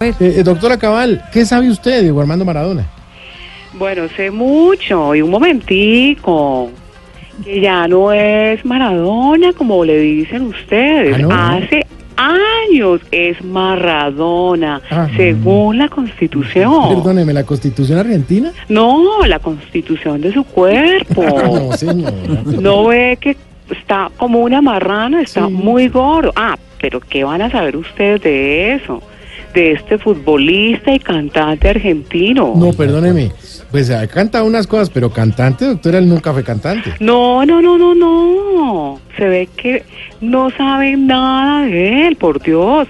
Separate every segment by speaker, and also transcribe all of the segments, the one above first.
Speaker 1: Eh, eh, doctora Cabal, ¿qué sabe usted de Diego Armando Maradona?
Speaker 2: Bueno, sé mucho, y un momentico, que ya no es Maradona, como le dicen ustedes.
Speaker 1: Ah, ¿no?
Speaker 2: Hace años es Maradona,
Speaker 1: Ah.
Speaker 2: según la Constitución.
Speaker 1: Perdóneme, ¿la Constitución Argentina?
Speaker 2: No, la Constitución de su cuerpo.
Speaker 1: Ah, No, señora.
Speaker 2: no ve que está como una marrana, está
Speaker 1: Sí.
Speaker 2: muy gordo. Ah, pero ¿qué van a saber ustedes de eso? De este futbolista y cantante argentino.
Speaker 1: No, perdóneme. Pues ha cantado unas cosas, pero cantante, doctora, él nunca fue cantante.
Speaker 2: No, no, no, no, no. Se ve que no saben nada de él, por Dios.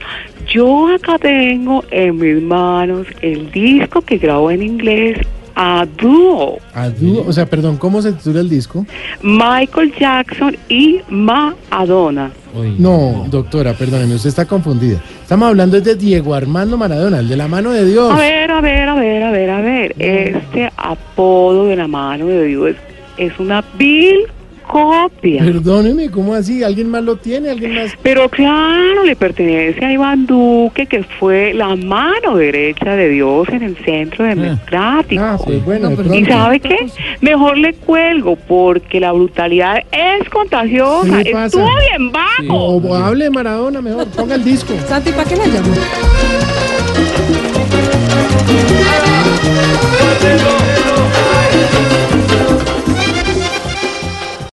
Speaker 2: Yo acá tengo en mis manos el disco que grabó en inglés a dúo.
Speaker 1: A dúo- o sea, perdón, ¿cómo se titula el disco?
Speaker 2: Michael Jackson y Madonna.
Speaker 1: No, doctora, perdóneme, usted está confundida. Estamos hablando de Diego Armando Maradona, el de la mano de Dios.
Speaker 2: A ver, a ver, a ver, a ver, a ver. Este apodo de la mano de Dios es, es una vil copia.
Speaker 1: Perdóneme, ¿cómo así? ¿Alguien más lo tiene? ¿Alguien más?
Speaker 2: Pero claro, le pertenece a Iván Duque, que fue la mano derecha de Dios en el centro democrático.
Speaker 1: Ah, pues bueno, de
Speaker 2: ¿Y
Speaker 1: pronto.
Speaker 2: sabe qué? Mejor le cuelgo, porque la brutalidad es contagiosa.
Speaker 1: ¿Qué le pasa?
Speaker 2: Estuvo bien
Speaker 1: O,
Speaker 2: bajo.
Speaker 1: o hable de Maradona mejor, ponga el disco.
Speaker 3: Santi, ¿para qué la llamó?